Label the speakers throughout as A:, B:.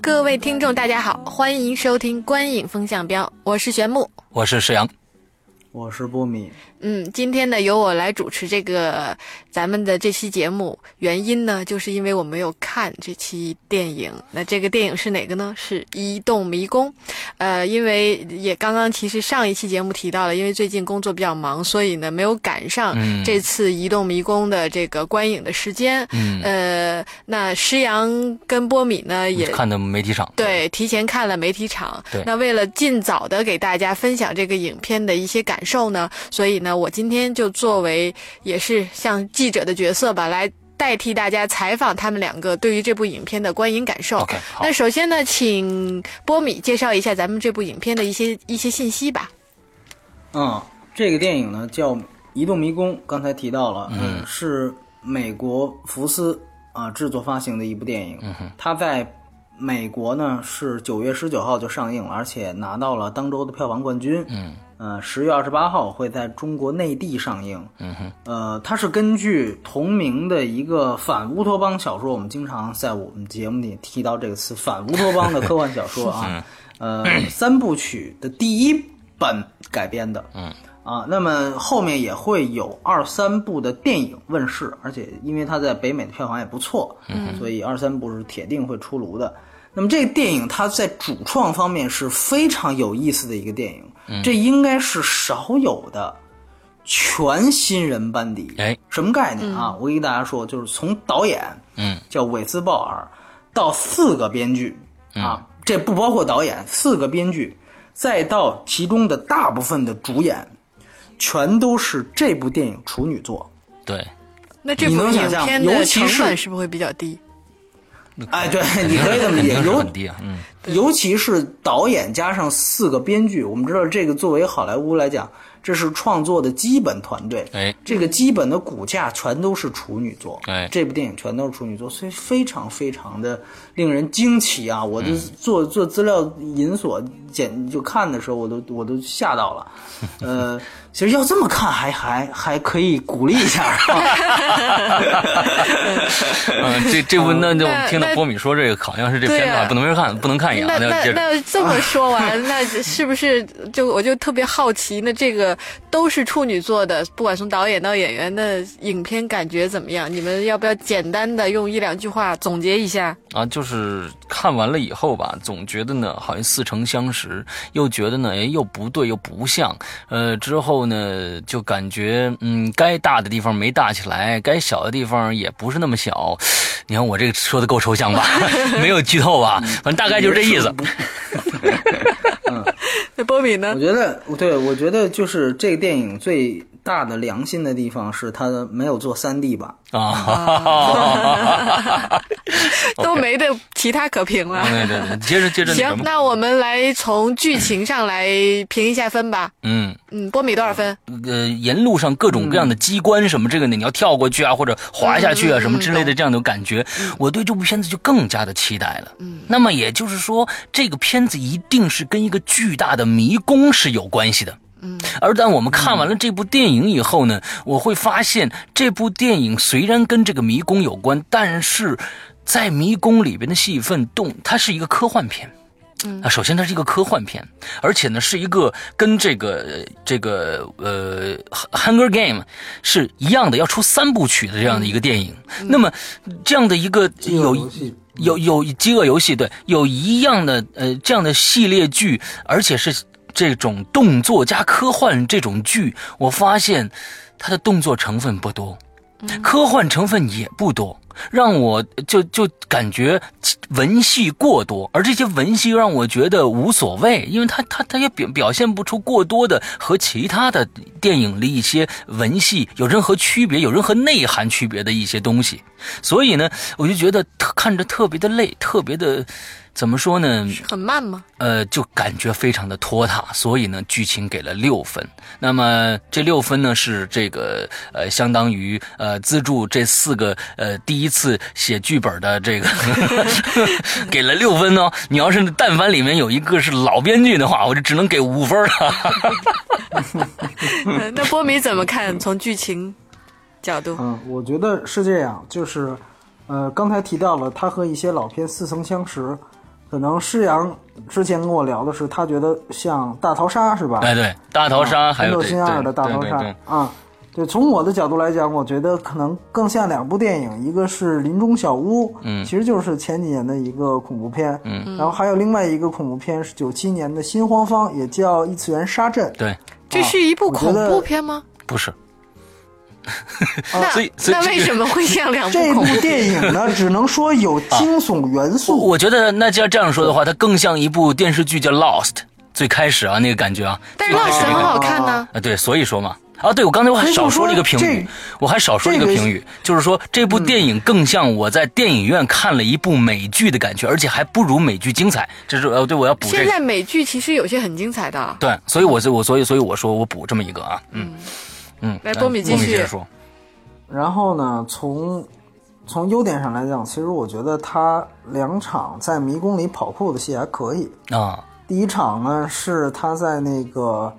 A: 各位听众，大家好，欢迎收听《观影风向标》，我是玄木。
B: 我是石阳，
C: 我是波米，
A: 嗯，今天呢由我来主持这个咱们的这期节目，原因呢就是因为我没有看这期电影。那这个电影是哪个呢？是《移动迷宫》。呃，因为也刚刚其实上一期节目提到了，因为最近工作比较忙，所以呢没有赶上
B: 嗯
A: 这次《移动迷宫》的这个观影的时间。
B: 嗯
A: 呃，那施阳跟波米呢也
B: 看的媒体场，
A: 对，提前看了媒体场
B: 对。
A: 那为了尽早的给大家分享这个影片的一些感受呢，所以呢，我今天就作为也是像记者的角色吧，来代替大家采访他们两个对于这部影片的观影感受。
B: OK，好
A: 那首先呢，请波米介绍一下咱们这部影片的一些一些信息吧。
C: 嗯，这个电影呢叫《移动迷宫》，刚才提到了，
B: 嗯
C: 是美国福斯啊、制作发行的一部电
B: 嗯
C: 影，它在美国呢是九月十九号就上映了，而且拿到了当周的票房冠军，
B: 嗯
C: 呃，十月二十八号会在中国内地上映，
B: 嗯哼，
C: 呃，它是根据同名的一个反乌托邦小说，我们经常在我们节目里提到这个词“反乌托邦”的科幻小说 啊，呃，三部曲的第一本改编的，嗯，啊，那么后面也会有二三部的电影问世，而且因为它在北美的票房也不错，嗯，所以二三部是铁定会出炉的。那么这个电影它在主创方面是非常有意思的一个电影，这应该是少有的。全新人班底。
B: 哎，
C: 什么概念啊？我给大家说，就是从导演，
B: 嗯，
C: 叫韦斯鲍尔，到四个编剧
B: 嗯
C: 啊，这不包括导演，四个编剧，再到其中的大部分的主演，全都是这部电影处女作。
B: 对，
A: 那这
C: 你
A: 部
C: 能
A: 影
C: 想象
A: 片的
C: 尤其
A: 成
C: 是
A: 本是不是会比较低？
C: 哎，对，你可以这么理解，
B: 肯定是
C: 有
B: 很低啊，嗯，
C: 尤其是导演加上四个编剧，我们知道这个作为好莱坞来讲，这是创作的基本团队。
B: 哎，
C: 这个基本的骨架全都是处女座。
B: 哎
C: 这部电影全都是处女座，所以非常非常的令人惊奇啊！我就
B: 嗯
C: 做做资料引索简就看的时候，我都我都吓到 了。呃，其实要这么看还还还可以鼓励一下啊。
B: 嗯，这这部那就
A: 那
B: 听到
A: 那
B: 波米说这个好像是这
A: 对
B: 片子啊
A: 啊
B: 不能没人看，不能看一眼，
A: 那
B: 那
A: 那
B: 接 着
A: 那这么说完，那是不是就我就特别好奇？那这个都是处女座的，不管从导演到演员的影片感觉怎么样？你们要不要简单的用一两句话总结一下？
B: 啊，就是看完了以后吧，总觉得呢好像似曾相识，又觉得呢哎又不对又不像，呃之后呢就感觉嗯该大的地方没大起来，该小的地方也不是那么小。你看我这个说的够 抽象吧？没有剧透吧？
A: 嗯
B: 反正大概就是这 意思。
A: 那波米呢
C: 我？觉得，对，我觉得就是这个电影最大的良心的地方是它没有做3 D 版。
A: 哦
B: 啊，
A: 都没的其他可评了。
B: 对对对，接着接着那什
A: 行，
B: 么，
A: 那我们来从剧情上来评一下分吧。
B: 嗯。
A: 嗯，波米多少分？
B: 呃，沿路上各种各样的机关什么，这个呢，你要跳过去啊，或者滑下去啊，什么之类的这样的感觉，我对这部片子就更加的期待了。嗯，那么也就是说，这个片子一定是跟一个巨大的迷宫是有关系的。嗯，而当我们看完了这部电影以后呢，我会发现这部电影虽然跟这个迷宫有关，但是在迷宫里边的戏份动，它是一个科幻片。啊，首先它是一个科幻片，而且呢是一个跟这个呃这个呃《Hunger Game》是一样的，要出三部曲的这样的一个电影。那么这样的一个有有有《饥饿游戏》对，有一样的呃这样的系列剧，而且是这种动作加科幻这种剧，我发现它的动作成分不多，科幻成分也不多，让我就就感觉文戏过多，而这些文戏让我觉得无所谓，因为它它它也表表现不出过多的和其他的电影里一些文戏有任何区别、有任何内涵区别的一些东西，所以呢，我就觉得特看着特别的累，特别的怎么说呢？
A: 很慢 吗？
B: 呃，就感觉非常的拖沓，所以呢，剧情给了六分。那么这六分呢，是这个呃，相当于呃，资助这四个呃第一次写剧本的这个 给了六分哦。你要是但凡里面有一个是老编剧的话，我就只能给五分了。
A: 呃那波米怎么看？从剧情角度，
C: 嗯，我觉得是这样，就是，呃，刚才提到了它和一些老片似曾相识，可能施洋之前跟我聊的是，他觉得像大逃杀是吧？
B: 哎，对，大逃杀还
C: 《啊
B: 有
C: 斗
B: 对
C: 心二》的
B: 对
C: 大逃
B: 对
C: 杀
B: 对
C: 啊。对，从我的角度来讲，我觉得可能更像两部电影，一个是《林中小屋》，嗯，其实就是前几年的一个恐怖片，嗯，然后还有另外一个恐怖片是九七年的《新荒方》，也叫《异次元杀阵》
B: 对，
A: 这是一部
C: 哦我觉
A: 恐
C: 得
A: 怖片吗？
B: 不是，
A: 那
B: 哦所以所以
A: 那
B: 这个
A: 为什么会像两部
C: 这部
A: 恐怖片？
C: 电影呢，只能说有惊悚元素，
B: 啊我觉得那就要这样说的话，它更像一部电视剧叫《Lost》，最开始啊那个感觉啊，
A: 但是《Lost》很好看呢、
B: 啊，对，所以说嘛，啊，对，我刚才我还
C: 所以就
B: 少说了一个评
C: 说
B: 语
C: 这，
B: 我还少说了一个
C: 这个
B: 评语，就是说这部电影更像我在电影院看了一部美剧的感觉，而且还不如美剧精彩。这是呃，对，我要补这
A: 现
B: 个。
A: 在美剧其实有些很精彩的啊。
B: 对，所以我是我所以所以我说我补这么一个啊，嗯嗯，
A: 来波米继续
B: 接着说，
C: 然后呢，从从优点上来讲，其实我觉得他两场在迷宫里跑酷的戏还可以。
B: 啊，
C: 第一场呢是他在那个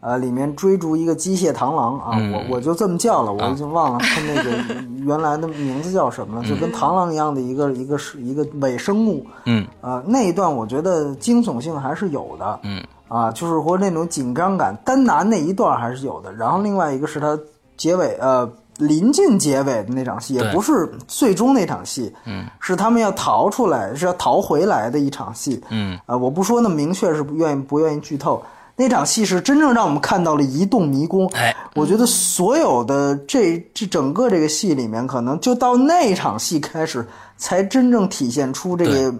C: 呃里面追逐一个机械螳螂啊，
B: 嗯
C: 我我就这么叫
B: 啊
C: 了，我已经忘了他那个 原来的名字叫什么了，就跟螳螂一样的一个一个是一个尾生物。
B: 嗯
C: 呃，那一段我觉得惊悚性还是有的。
B: 嗯
C: 啊，就是或者那种紧张感，单拿那一段还是有的。然后另外一个是他结尾呃临近结尾的那场戏，也
B: 对
C: 不是最终那场戏，嗯，是他们要逃出来，是要逃回来的一场戏。
B: 嗯
C: 啊，我不说那么明确是不愿意不愿意剧透。那场戏是真正让我们看到了移动迷宫，
B: 哎，
C: 我觉得所有的这这整个这个戏里面，可能就到那一场戏开始，才真正体现出这个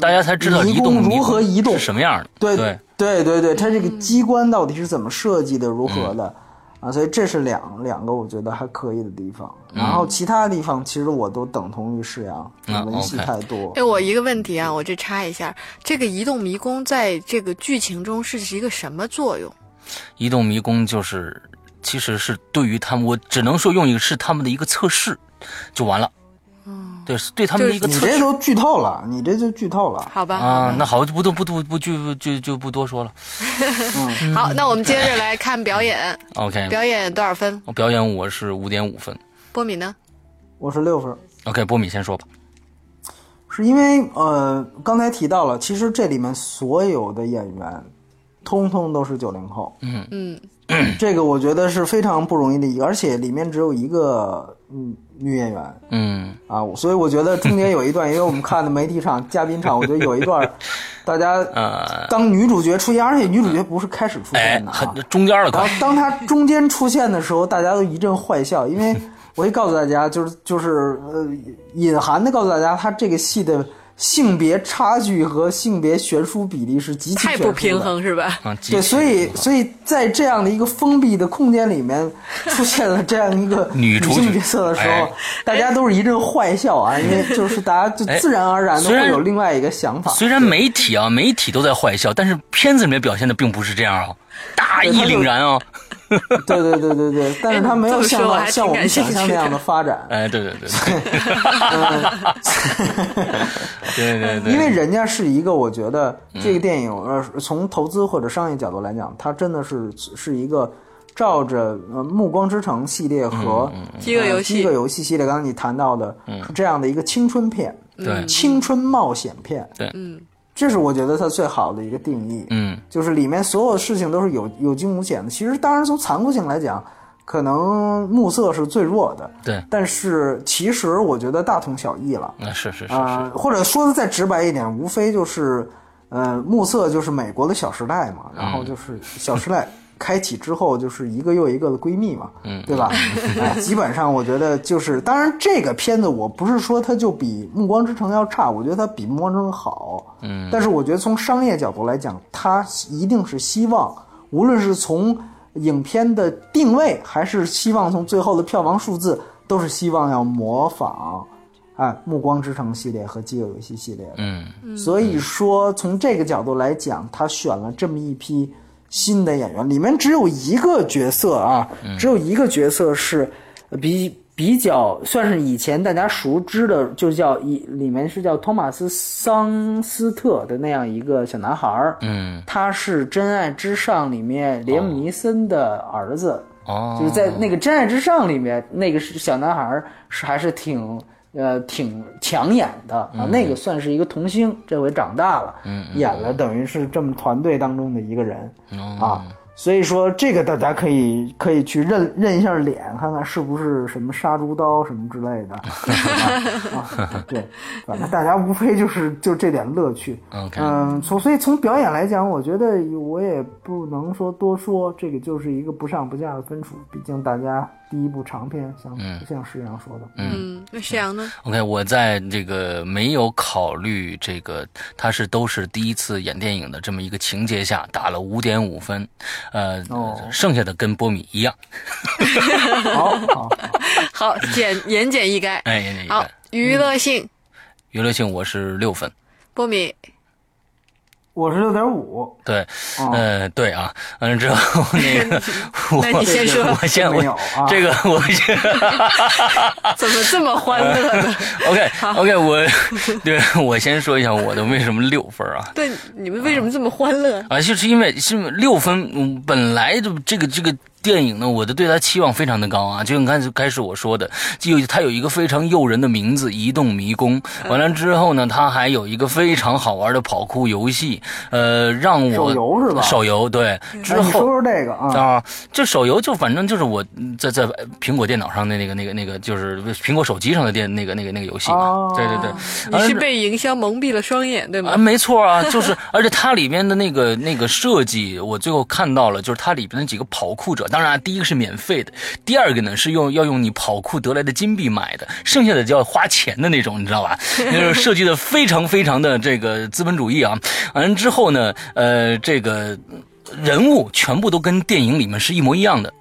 B: 大家才知道移动
C: 迷宫如何移动
B: 是什么样的，
C: 对
B: 对
C: 对对对，它这
A: 嗯
C: 个机关到底是怎么设计的，如何
B: 嗯
C: 的、啊？所以这是两两个我觉得还可以的地方。然后其他地方其实我都等同于释阳，
B: 嗯
C: 文戏
B: OK
C: 太多。
A: 哎，我一个问题啊，我这插一下，这个移动迷宫在这个剧情中是一个什么作用？
B: 移动迷宫就是，其实是对于他们，我只能说用一个是他们的一个测试，就完了。嗯，对，是对他们的一个
C: 你
B: 测
C: 这
B: 试
C: 都剧透了，你这就剧透了。
A: 好吧，好
B: 啊
A: 吧。
B: 那好，就不多不多不就就就不多说了。
A: 好，那我们接着来看表演，
B: OK，
A: 表演多少分？
B: 我表演我是五点五分。
A: 波米呢？
C: 我是六分，
B: OK，波米先说吧。
C: 是因为呃刚才提到了，其实这里面所有的演员，通通都是九零后。
B: 嗯
A: 嗯，
C: 这个我觉得是非常不容易的一个，而且里面只有一个嗯女演员，
B: 嗯，
C: 啊，我所以我觉得中间有一段，因为我们看的媒体场、嘉宾场，我觉得有一 段，大家
B: 呃，
C: 当女主角出现，而且女主角不是开始出
B: 哎
A: 嗯
C: 现，的
B: 很
C: 啊。
B: 中间了
C: 然后
B: 快。
C: 当她中间出现的时候，大家都一阵坏笑，因为我可以告诉大家，就是就是呃，隐含的告诉大家，她这个戏的性别差距和性别悬殊比例是极其
A: 太
C: 悬殊
A: 不
C: 的
A: 平。衡是吧？
B: 啊，集
C: 对，
B: 体
C: 所以所以在这样的一个封闭的空间里 面，出现了这样一个
B: 女主角
C: 性角色的时候
B: 哎，
C: 大家都是一阵坏笑啊，因 为就是大家就
B: 哎
C: 自然而然的
B: 虽然
C: 会有另外一个想法。
B: 虽然媒体啊，媒体都在坏笑，但是片子里面表现的并不是这样啊，大义凛然啊。
C: 对对对对 对，但是他没有
A: 哎这么
C: 像
A: 说我还挺
C: 像我们
A: 感兴
C: 想
A: 趣的
C: 象那样的发展，嗯
B: 哎，对对对对， 对对对，嗯
C: 因为人家是一个，我觉得这个电影呃，从投资或者商业角度来讲，它真的是是一个。照着呃《暮光之城》系列和
B: 嗯
C: 《
A: 饥饿游戏
C: 啊饥饿游戏系列，刚才你谈到的是这样的一个青春片，
B: 对
C: 青春冒险片，
B: 对
A: 嗯，
C: 这是我觉得它最好的一个定义，
B: 嗯
C: 就是里面所有事情都是有有惊无险的。其实，当然从残酷性来讲，可能暮色是最弱的，
B: 对，
C: 但是其实我觉得大同小异了
B: 那是是是
C: 啊、
B: 是，
C: 或者说的再直白一点，无非就是，呃，暮色就是美国的小时代嘛，然
B: 嗯
C: 后就是小时代。开启之后就是一个又一个的闺蜜嘛，嗯，对 吧？哎，基本上我觉得就是，当然这个片子我不是说它就比《暮光之城》要差，我觉得它比《暮光之城》好，嗯，但是我觉得从商业角度来讲，它一定是希望，无论是从影片的定位，还是希望从最后的票房数字，都是希望要模仿啊，《暮光之城》系列和《饥饿游戏》系列的。
B: 嗯
C: 所以说，从这个角度来讲，他选了这么一批新的演员，里面只有一个角色啊，
B: 嗯
C: 只有一个角色是呃比比较算是以前大家熟知的，就叫一里面是叫托马斯桑斯特的那样一个小男孩儿，
B: 嗯，
C: 他是《真爱之上》里面连姆尼森的儿子。
B: 哦，
C: 就是在那个《真爱至上》里面，那个是小男孩儿是还是挺呃挺抢眼的啊，那个算是一个童星，这回长大了，演了等于是这么团队当中的一个人啊，所以说这个大家可以可以去认认一下脸，看看是不是什么杀猪刀什么之类的啊啊， 对，反正大家无非就是就这点乐趣，
B: OK，
C: 嗯，从所以从表演来讲，我觉得我也不能说多说，这个就是一个不上不下的分数。毕竟大家第一部长片，像、像石阳说的，
A: 嗯，那石阳呢？
B: OK，我在这个没有考虑这个他是都是第一次演电影的这么一个情节下，打了五点五分，呃，
C: 哦
B: 剩下的跟波米一样，
C: 好好，
B: 嗯
A: 好，简言简意赅。
B: 哎，也也
A: 好，娱乐性，
B: 娱乐性我是六分，
A: 波米
B: 嗯
C: 我是六点五，
B: 对，
C: 哦
B: 呃，对啊，完了之 后那个我
A: 那你先说
B: 我先
C: 没有
B: 我。
C: 啊，
B: 这个我 先啊
A: 怎么这么欢乐 呢？
B: OK OK，我对我先说一下我的为什么六分啊，
A: 对，你们为什么这么欢乐？
B: 啊，就是因为是六分，嗯本来就这个这个电影呢，我的对它期望非常的高啊。就你看开始我说的，就有它有一个非常诱人的名字《移动迷宫》，完了之后呢，它还有一个非常好玩的跑酷游戏，呃，让我
C: 手游是吧
B: 手游对，之
C: 哎你说
B: 后。
C: 说这个啊，
B: 啊，这手游就反正就是我嗯在在苹果电脑上的那个那个那个，就是苹果手机上的电那个那个那个游戏嘛
C: 哦，
B: 对对对，
A: 你
B: 完了
A: 是
B: 之
A: 被营销蒙蔽了双眼，对
B: 啊，
A: 吗？
B: 没错啊，就是，而且它里面的那个那个设计，我最后看到了，就是它里边的几个跑酷者，当然、啊、第一个是免费的，第二个呢是用要用你跑酷得来的金币买的，剩下的就要花钱的那种，你知道吧？就是设计的非常非常的这个资本主义啊。完了之后呢，呃，这个人物全部都跟电影里面是一模一样的。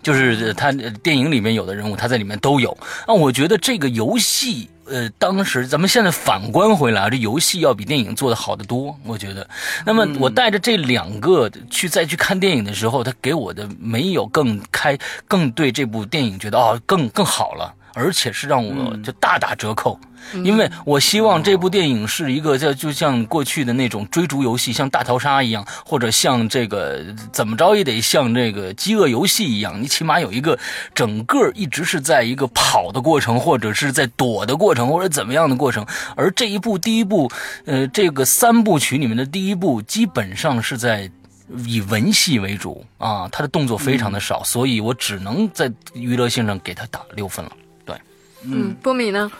B: 就是他呃电影里面有的人物，他在里面都有。啊，我觉得这个游戏，呃，当时咱们现在反观回来，啊这游戏要比电影做的好得多，我觉得。那么我带着这两个去再去看电影的时候，他给我的没有更开，更对这部电影觉得哦，更更好了。而且是让我就大打折扣，因为我希望这部电影是一个叫就像过去的那种追逐游戏，像大逃杀一样，或者像这个怎么着也得像这个饥饿游戏一样，你起码有一个整个一直是在一个跑的过程，或者是在躲的过程，或者怎么样的过程。而这一部第一部，呃，这个三部曲里面的第一部，基本上是在以文戏为主啊，他的动作非常的少，所以我只能在娱乐性上给他打六分了。对，
A: 嗯，波米呢？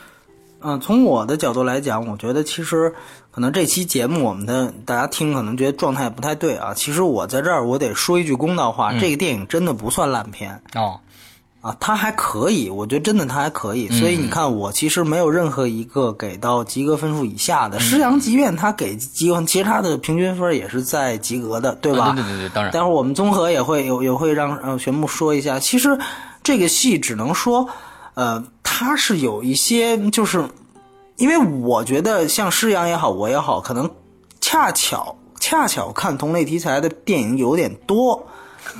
C: 嗯，从我的角度来讲，我觉得其实可能这期节目我们的大家听可能觉得状态不太对啊，其实我在这儿我得说一句公道
B: 嗯
C: 话，这个电影真的不算烂片，
B: 哦，
C: 啊，他还可以，我觉得真的他还可以。
B: 嗯
C: 所以你看，我其实没有任何一个给到及格分数以下
B: 嗯
C: 的。施洋即便他给及格，其实他的平均分也是在及格的，对吧？
B: 啊对对对对，当然
C: 待，会儿我们综合也会有也会让呃玄牧说一下。其实这个戏只能说，呃，它是有一些就是，因为我觉得像施洋也好，我也好，可能恰巧恰巧看同类题材的电影有点多，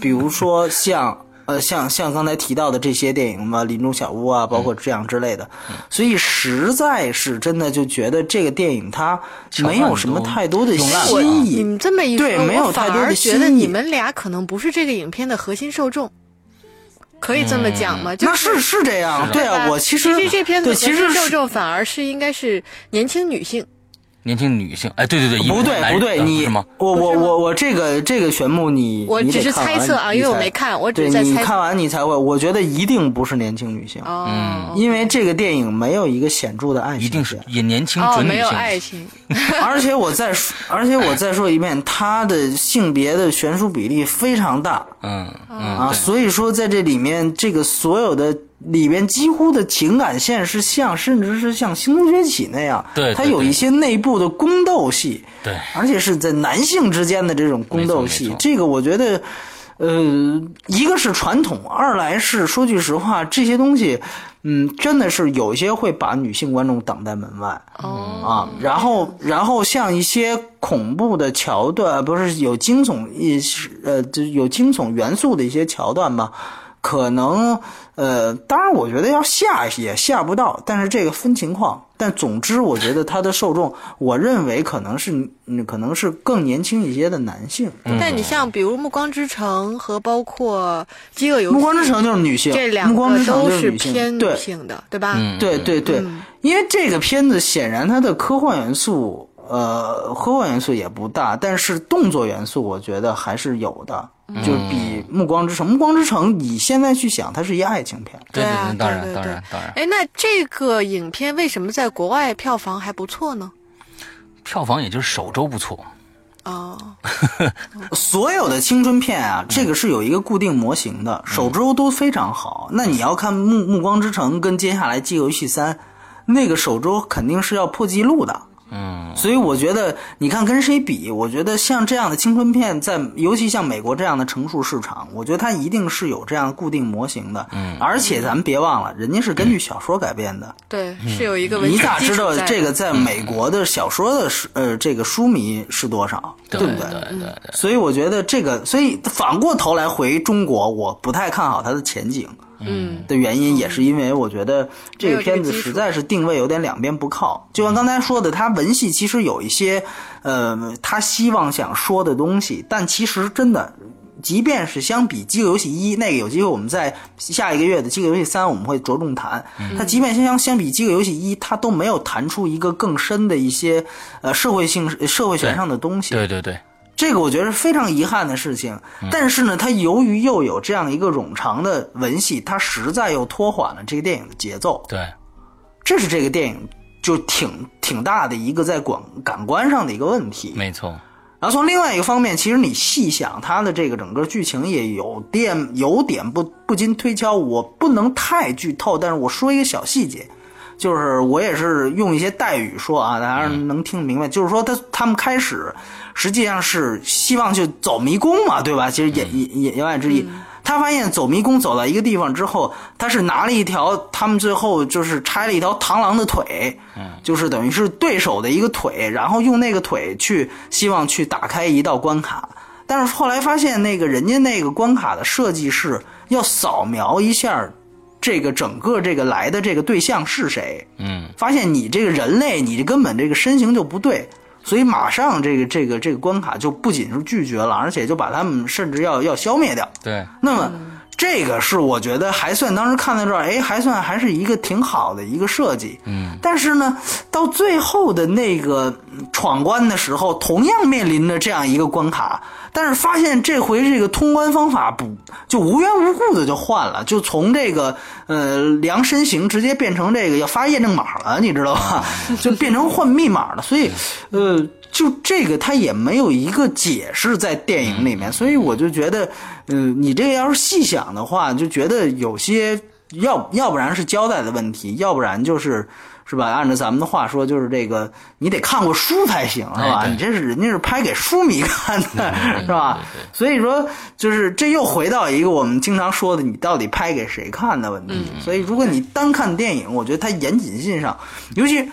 C: 比如说像。呃，像像刚才提到的这些电影嘛，《林中小屋》啊，包括
B: 嗯
C: 这样之类的，所以实在是真的就觉得这个电影它没有什么太多的
B: 用烂了啊
C: 新
A: 你
C: 意。
A: 们嗯这么一说，
C: 对没有
A: 我反
C: 太多的
A: 而觉得
C: 新意
A: 你们俩可能不是这个影片的核心受众，可以这么讲吗？就
C: 嗯那是是这样，对啊，我其实
A: 其实这片子
C: 对
A: 核
C: 其实
A: 心
C: 是
A: 受众反而是应该是年轻女性。
B: 年轻女性，哎，对对对，一
C: 不对
B: 男
C: 不对，
B: 呃
C: 你
B: 是吗？
C: 我我我我这个这个玄牧你，
A: 我
C: 你
A: 只
C: 得
A: 是
C: 看完
A: 猜测啊
C: 你
A: 因为我
C: 才
A: 没看我只
C: 对
A: 是在
C: 你
A: 猜测
C: 看完你才会，我觉得一定不是年轻女性，
A: 哦，
C: 因为这个电影没有一个显著的爱情
B: 一定是
C: 线
B: 也年
C: 嗯
B: 轻
A: 哦，
B: 准女
A: 没有
B: 性，
A: 爱情，
C: 而且我再说，而且我再说一遍，它的性别的悬殊比例非常大
B: 嗯
A: 哦
B: 嗯，
C: 啊，
B: 对
C: 所以说在这里面，这个所有的里边几乎的情感线是像，甚至是像《星球崛起》那样，
B: 对
C: 它
B: 对
C: 有
B: 对
C: 一些内部的宫斗戏，
B: 对，
C: 而且是在男性之间的这种宫斗
B: 没错
C: 戏
B: 没错，
C: 这个我觉得，呃，一个是传统，二来是说句实话，这些东西，嗯，真的是有些会把女性观众挡在门外啊
A: 哦。
C: 然后，然后像一些恐怖的桥段，呃不是有惊悚一呃，就是有惊悚元素的一些桥段吧，可能呃，当然我觉得要吓也吓不到，但是这个分情况。但总之，我觉得它的受众，我认为可能是，嗯可能是更年轻一些的男性。
A: 但你像比如《暮光之城》和包括《饥饿游
C: 暮
A: 戏》，
C: 光之城就是女性，
A: 这两
C: 暮光
A: 个
C: 之城
A: 都
C: 就是女性
A: 偏
C: 对
A: 女性的，对吧？嗯
C: 对对对，因为这个片子显然它的科幻元素，呃，科幻元素也不大，但是动作元素我觉得还是有的，就比《
A: 嗯
C: 暮光之城》《暮光之城》，你现在去想，它是一爱情片，
B: 对
A: 对啊
B: 对，当
A: 对
B: 然
A: 对
B: 当
A: 对
B: 然当然，
A: 哎，那这个影片为什么在国外票房还不错呢？
B: 票房也就是首周不错，
A: 哦，
C: 所有的青春片啊，这个是有一个固定模型的，首周都非常好。那你要看《暮暮光之城》跟接下来《饥饿游戏三》，那个首周肯定是要破纪录的。嗯，所以我觉得，你看跟谁比？我觉得像这样的青春片在，尤其像美国这样的成熟市场，我觉得它一定是有这样的固定模型的。嗯，而且咱们别忘了，人家是根据小说改编的。
A: 对，
B: 嗯
A: 是有一个文
C: 你
A: 学
C: 咋
A: 基
C: 知
A: 础
C: 道
A: 在
C: 这个在美国的小说的是呃这个书迷是多少？对不
B: 对对
A: 嗯
B: 对
C: 所以我觉得这个，所以反过头来回中国，我不太看好它的前景。嗯，的原因也是因为我觉得这个片子实在是定位有点两边不靠。就像刚才说的，它文戏其实有一些，呃，他希望想说的东西，但其实真的，即便是相比《饥饿游戏一》，那个有机会我们在下一个月的《饥饿游戏三》我们会着重谈。它即便相相比《饥饿游戏一》，它都没有谈出一个更深的一些呃社会性、社会学上的东西。
B: 对对对，
C: 这个我觉得是非常遗憾的事情。
B: 嗯
C: 但是呢，它由于又有这样一个冗长的文戏，它实在又拖缓了这个电影的节奏。
B: 对，
C: 这是这个电影就挺挺大的一个在广感官上的一个问题。
B: 没错，
C: 然后从另外一个方面，其实你细想，它的这个整个剧情也有点有点不不禁推敲。我不能太剧透，但是我说一个小细节，就是我也是用一些代语说啊，大家能听明白。就是说他他们开始实际上是希望去走迷宫嘛，对吧？其实言言言言外之意。他发现走迷宫走到一个地方之后，他是拿了一条，他们最后就是拆了一条螳螂的腿，就是等于是对手的一个腿，然后用那个腿去希望去打开一道关卡。但是后来发现，那个人家那个关卡的设计是要扫描一下这个整个这个来的这个对象是谁，
B: 嗯，
C: 发现你这个人类，你这根本这个身形就不对，所以马上这个这个这个关卡就不仅是拒绝了，而且就把他们甚至要要消灭掉。
B: 对，
C: 那么。这个是我觉得还算，当时看到这儿，哎，还算还是一个挺好的一个设计。嗯，但是呢，到最后的那个嗯闯关的时候，同样面临着这样一个关卡，但是发现这回这个通关方法不就无缘无故的就换了，就从这个呃量身形直接变成这个要发验证码了，你知道吧？ 就变成换密码了，所以呃，就这个它也没有一个解释在电影里
B: 嗯
C: 面，所以我就觉得，嗯、你这个要是细想的话，就觉得有些要要不然是交代的问题，要不然就是是吧？按照咱们的话说，就是这个你得看过书才行，是吧？
B: 哎对
C: 你这是人家是拍给书迷看的，是吧？所以说，就是这又回到一个我们经常说的，你到底拍给谁看的问题。
B: 嗯
C: 所以，如果你单看电影，我觉得它严谨性上，尤其。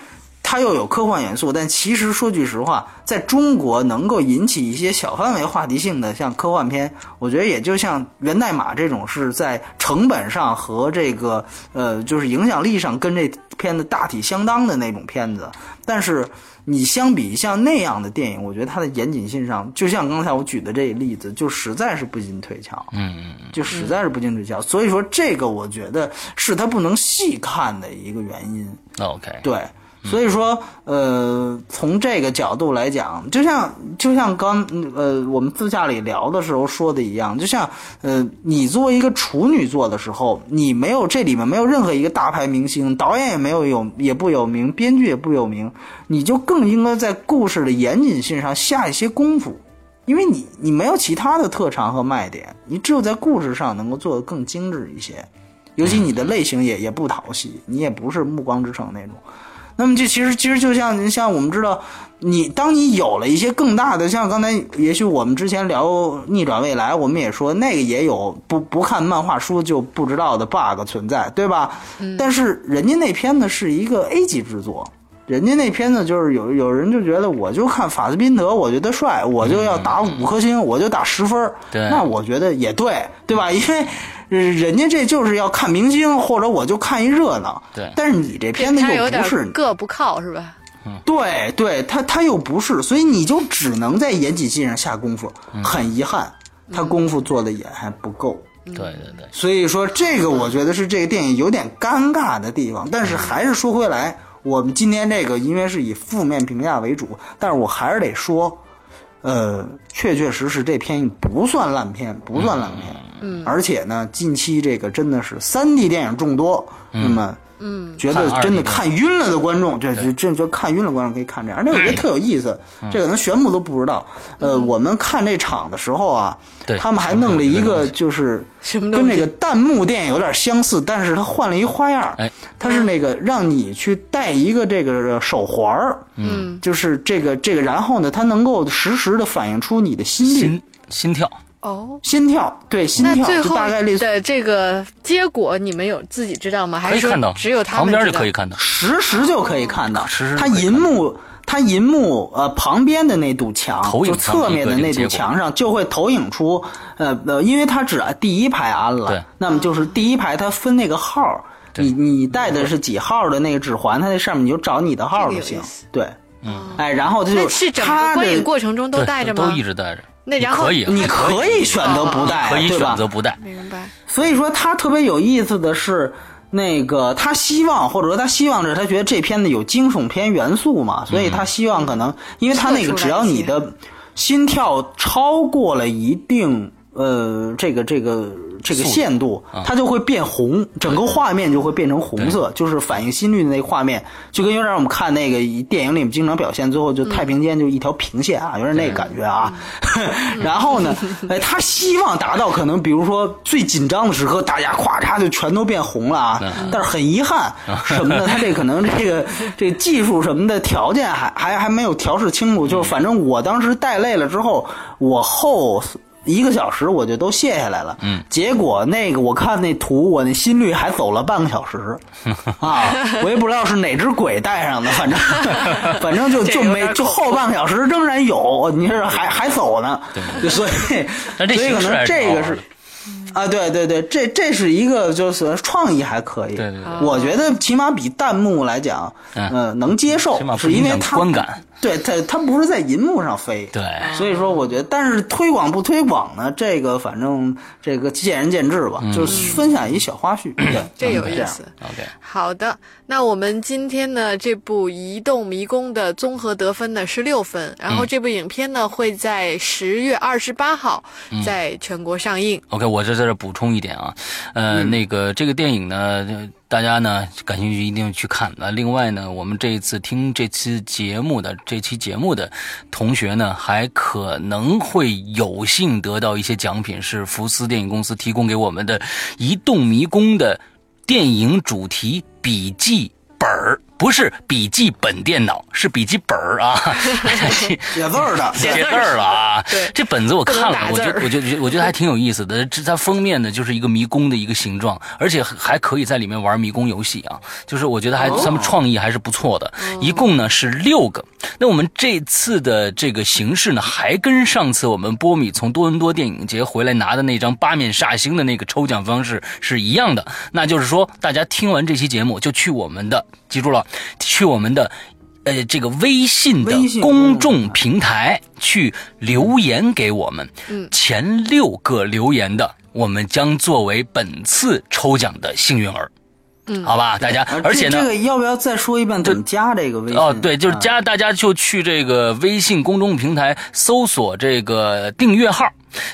C: 它又有科幻元素，但其实说句实话，在中国能够引起一些小范围话题性的，像科幻片，我觉得也就像《源代码》这种，是在成本上和这个呃，就是影响力上跟这片子大体相当的那种片子。但是你相比像那样的电影，我觉得它的严谨性上，就像刚才我举的这个例子，就实在是不禁推敲。
B: 嗯嗯，
C: 就实在是不禁推敲，所以说这个我觉得是它不能细看的一个原因。
B: 那 OK，
C: 对，所以说，呃，从这个角度来讲，就像就像刚嗯呃我们私下里聊的时候说的一样，就像呃你作为一个处女座的时候，你没有这里面没有任何一个大牌明星，导演也没有有也不有名，编剧也不有名，你就更应该在故事的严谨性上下一些功夫。因为你你没有其他的特长和卖点，你只有在故事上能够做得更精致一些，尤其你的类型也也不讨喜，你也不是《暮光之城》那种，那么这其实其实就像您像我们知道，你当你有了一些更大的，像刚才也许我们之前聊《逆转未来》，我们也说那个也有不不看漫画书就不知道的 bug 存在，对吧？但是人家那片子是一个 A 级制作。人家那片子就是有有人就觉得，我就看法斯宾德，我觉得帅，我就要打五颗星，我就打十分儿。
B: 对嗯
C: 那我觉得也对，对吧？因为呃人家这就是要看明星，或者我就看一热闹。
B: 对
C: 但是你这片子
A: 他有
C: 又
A: 点
C: 不是，
A: 各不靠是吧？
C: 对对，他他又不是，所以你就只能在演技技上下功夫。很遗憾，他功夫做的也还不够。
B: 对对对，
C: 所以说，这个我觉得是这个电影有点尴尬的地方。但是还是说回来，我们今天这个因为是以负面评价为主，但是我还是得说，呃，确确实实这片不算烂片，不算烂片。嗯，而且呢，近期这个真的是三 D 电影众多，那么。嗯，觉得真的看晕了的观众，
B: 嗯
C: 这这这就看晕了观众可以看这样，而且我觉得特有意思，这可能玄牧都不知道。呃，我们看这场的时候啊
B: 对，
C: 他们还弄了一个就是
A: 什么东西啊
C: 跟那个弹幕电影有点相似，但是他换了一花样儿
B: 哎，
C: 他是那个让你去戴一个这个手环儿，
A: 嗯，
C: 就是这个这个，然后呢，它能够实时的反映出你的心率、
B: 心心跳
A: 哦，
C: 心跳，对，心
A: 那
C: 跳，
A: 最
C: 就
A: 后
C: 大概类似
A: 的这个结果你们有自己知道吗？还
B: 可
A: 是
B: 以
A: 说
B: 看到，
A: 只有他
B: 旁
A: 们
B: 边
A: 知
B: 就
A: 道
B: 可以看到。
C: 实时就可以看到
B: 实时，就
C: 它
B: 可以看到
C: 银幕。它银幕呃旁边的那堵墙，
B: 投影
C: 就侧面的那堵墙上就会投影出，呃呃，因为它只按第一排安
B: 对
C: 了，那么就是第一排它分那个号儿，
B: 对
C: 你你戴的是几号的那个指环，它那上面你就找你的号
A: 这
C: 就
A: 个有
C: 行
A: 意思，
C: 对，
B: 嗯
C: 哎，然后它就
A: 那是整个
C: 它
A: 观
C: 的
A: 影过程中都
B: 对
A: 带着吗？
B: 都一直带着。
A: 那然后
B: 可以，啊
C: 你可以选择不戴，
B: 可以
C: 对吧
B: 选择不带。
A: 明白。
C: 所以说他特别有意思的是，那个他希望或者说他希望是他觉得这片子有惊悚片元素嘛，所以他希望可能，因为他那个只要你的心跳超过了一定呃这个这个这个限度，它就会变红，整个画面就会变成红色，就是反映心率的那个画面，就跟有点我们看那个电影里面经常表现，最后就太平间就一条平线啊，有点那个感觉啊。 然后呢，哎，他希望达到可能，比如说最紧张的时刻，大家咵嚓就全都变红了啊。但是很遗憾，什么的，他这可能这个这个技术什么的条件还还还没有调试清楚。就是反正我当时带累了之后，我后。一个小时我就都卸下来了，嗯，结果那个我看那图，我那心率还走了半个小时，啊，我也不知道是哪只鬼带上的，反正反正就
A: 这
C: 就
A: 有
C: 没
A: 点
C: 就
A: 恐怖
C: 后半个小时仍然有，你这还还走呢，对，所以
B: 但这
C: 所以
B: 形
C: 可
B: 式
C: 能
B: 还是
C: 这
B: 好
C: 个
B: 玩
C: 是
B: 的。
A: 嗯
C: 啊，对对对，这这是一个就是创意还可以，
B: 对对
A: 哦
B: 对
C: 我觉得起码比弹幕来讲，
B: 嗯
C: 呃，能接受
B: 起码，不
C: 是因
B: 影
C: 为
B: 响
C: 它
B: 观感，
C: 对它它不是在银幕上飞，
B: 对，
A: 哦
C: 所以说，我觉得，但是推广不推广呢？这个反正这个见仁见智吧，
B: 嗯
C: 就是分享一小花絮，对，
A: 这有
C: 嗯
A: 意
C: 样
A: 思。
B: OK，
A: 好的，那我们今天呢这部《移动迷宫》的综合得分呢是六分，然
C: 嗯
A: 后这部影片呢会在十月二十八号
C: 嗯
A: 在全国上映。
B: OK，我这在这儿补充一点啊，呃，那个这个电影呢，呃大家呢感兴趣一定去看。那另外呢，我们这一次听这期节目的这期节目的同学呢，还可能会有幸得到一些奖品，是福斯电影公司提供给我们的《移动迷宫》的电影主题笔记本儿，不是笔记本电脑，是笔记本儿啊。
C: 写字儿的，
B: 写字儿了啊！
A: 对
B: 这本子我看了，
A: 不能打
B: 我
A: 字
B: 觉
A: 儿
B: 得我觉得我觉得还挺有意思的。这它封面呢，就是一个迷宫的一个形状，而且还可以在里面玩迷宫游戏啊。就是我觉得还、
C: 哦
B: 他们创意还是不错的。一共呢是六个。那我们这次的这个形式呢，还跟上次我们波米从多伦多电影节回来拿的那张八面煞星的那个抽奖方式是一样的。那就是说，大家听完这期节目就去我们的，记住了，去我们的。呃，这个微信的
C: 微信
B: 公
C: 公
B: 众
C: 众
B: 平台去留言给我们。嗯，前六个留言的，我们将作为本次抽奖的幸运儿。嗯，好吧，大家，而且呢，
C: 这这个要不要再说一遍怎么加这个微信？
B: 哦，对，就是
C: 啊
B: 加大家就去这个微信公众平台搜索这个订阅号，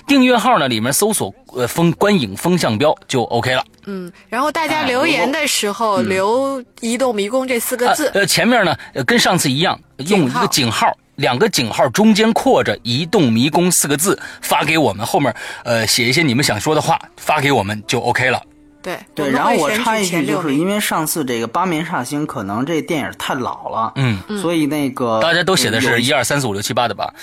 B: 订阅号呢里面搜索呃风观影风向标就 OK 了。
A: 嗯，然后大家留言的时候
C: 嗯
A: 留“移动迷宫”这四个
C: 啊
A: 字。
B: 呃，前面呢、呃跟上次一样，用
A: 井
B: 一个
A: 号
B: 井号，两个井号中间括着“移动迷宫”四个字发给我们，后面呃写一些你们想说的话发给我们就 OK 了。
A: 对
C: 对，
A: 们
C: 然后
A: 会
C: 我
A: 选
C: 插
A: 取
C: 一
A: 前
C: 句，就
A: 六
C: 是
A: 名
C: 因为上次这个《八面煞星》可能这电影太老了，
B: 嗯，
C: 所以那个
B: 大家都写的
C: 呃有
B: 是一二三四五六七八的吧？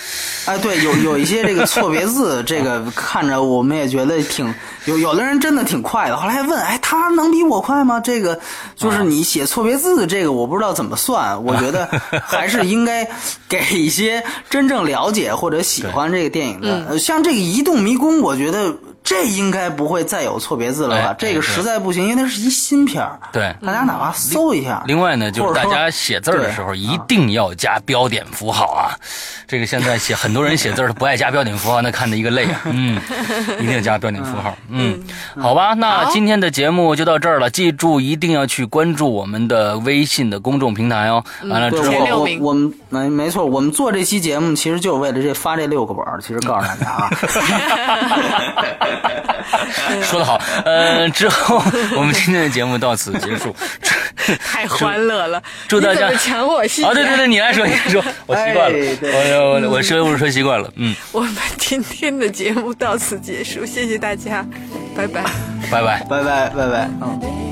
C: 哎，对，有有一些这个错别字，这个看着我们也觉得挺有，有的人真的挺快的。后来还问，哎，他能比我快吗？这个就是你写错别字，这个我不知道怎么算。我觉得还是应该给一些真正了解或者喜欢这个电影的，呃像这个《移动迷宫》，我觉得这应该不会再有错别字了吧
B: 哎？
C: 这个
B: 对
C: 实在不行，因为它是一新片儿，
B: 对
C: 大家哪怕搜一下。
B: 另外呢，就是
C: 或者
B: 大
C: 说
B: 家写字儿的时候一定要加标点符号啊。这个现在写很多人写字儿不爱加标点符号，那看的一个累啊。嗯，一定要加标点符号。嗯，好吧，那
A: 好
B: 今天的节目就到这儿了，记住一定要去关注我们的微信的公众平台哦。完了
C: 对
B: 之
A: 前
B: 后，
A: 六
C: 啊我我
A: 名
C: 我们没没错，我们做这期节目其实就是为了这发这六个本儿，其实告诉大家啊，
B: 说得好，呃，之后我们今天的节目到此结束。
A: 太欢乐了，
B: 祝大
A: 你
B: 家
A: 怎么抢我戏
B: 啊，对对对，你来说，你来说，我习惯了
C: 哎，对
B: 我我我说我说习惯了，嗯，
A: 我们今天的节目到此结束，谢谢大家，拜拜。
B: 拜拜。
C: 拜拜拜拜，嗯。
D: baby